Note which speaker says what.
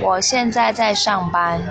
Speaker 1: 我现在在上班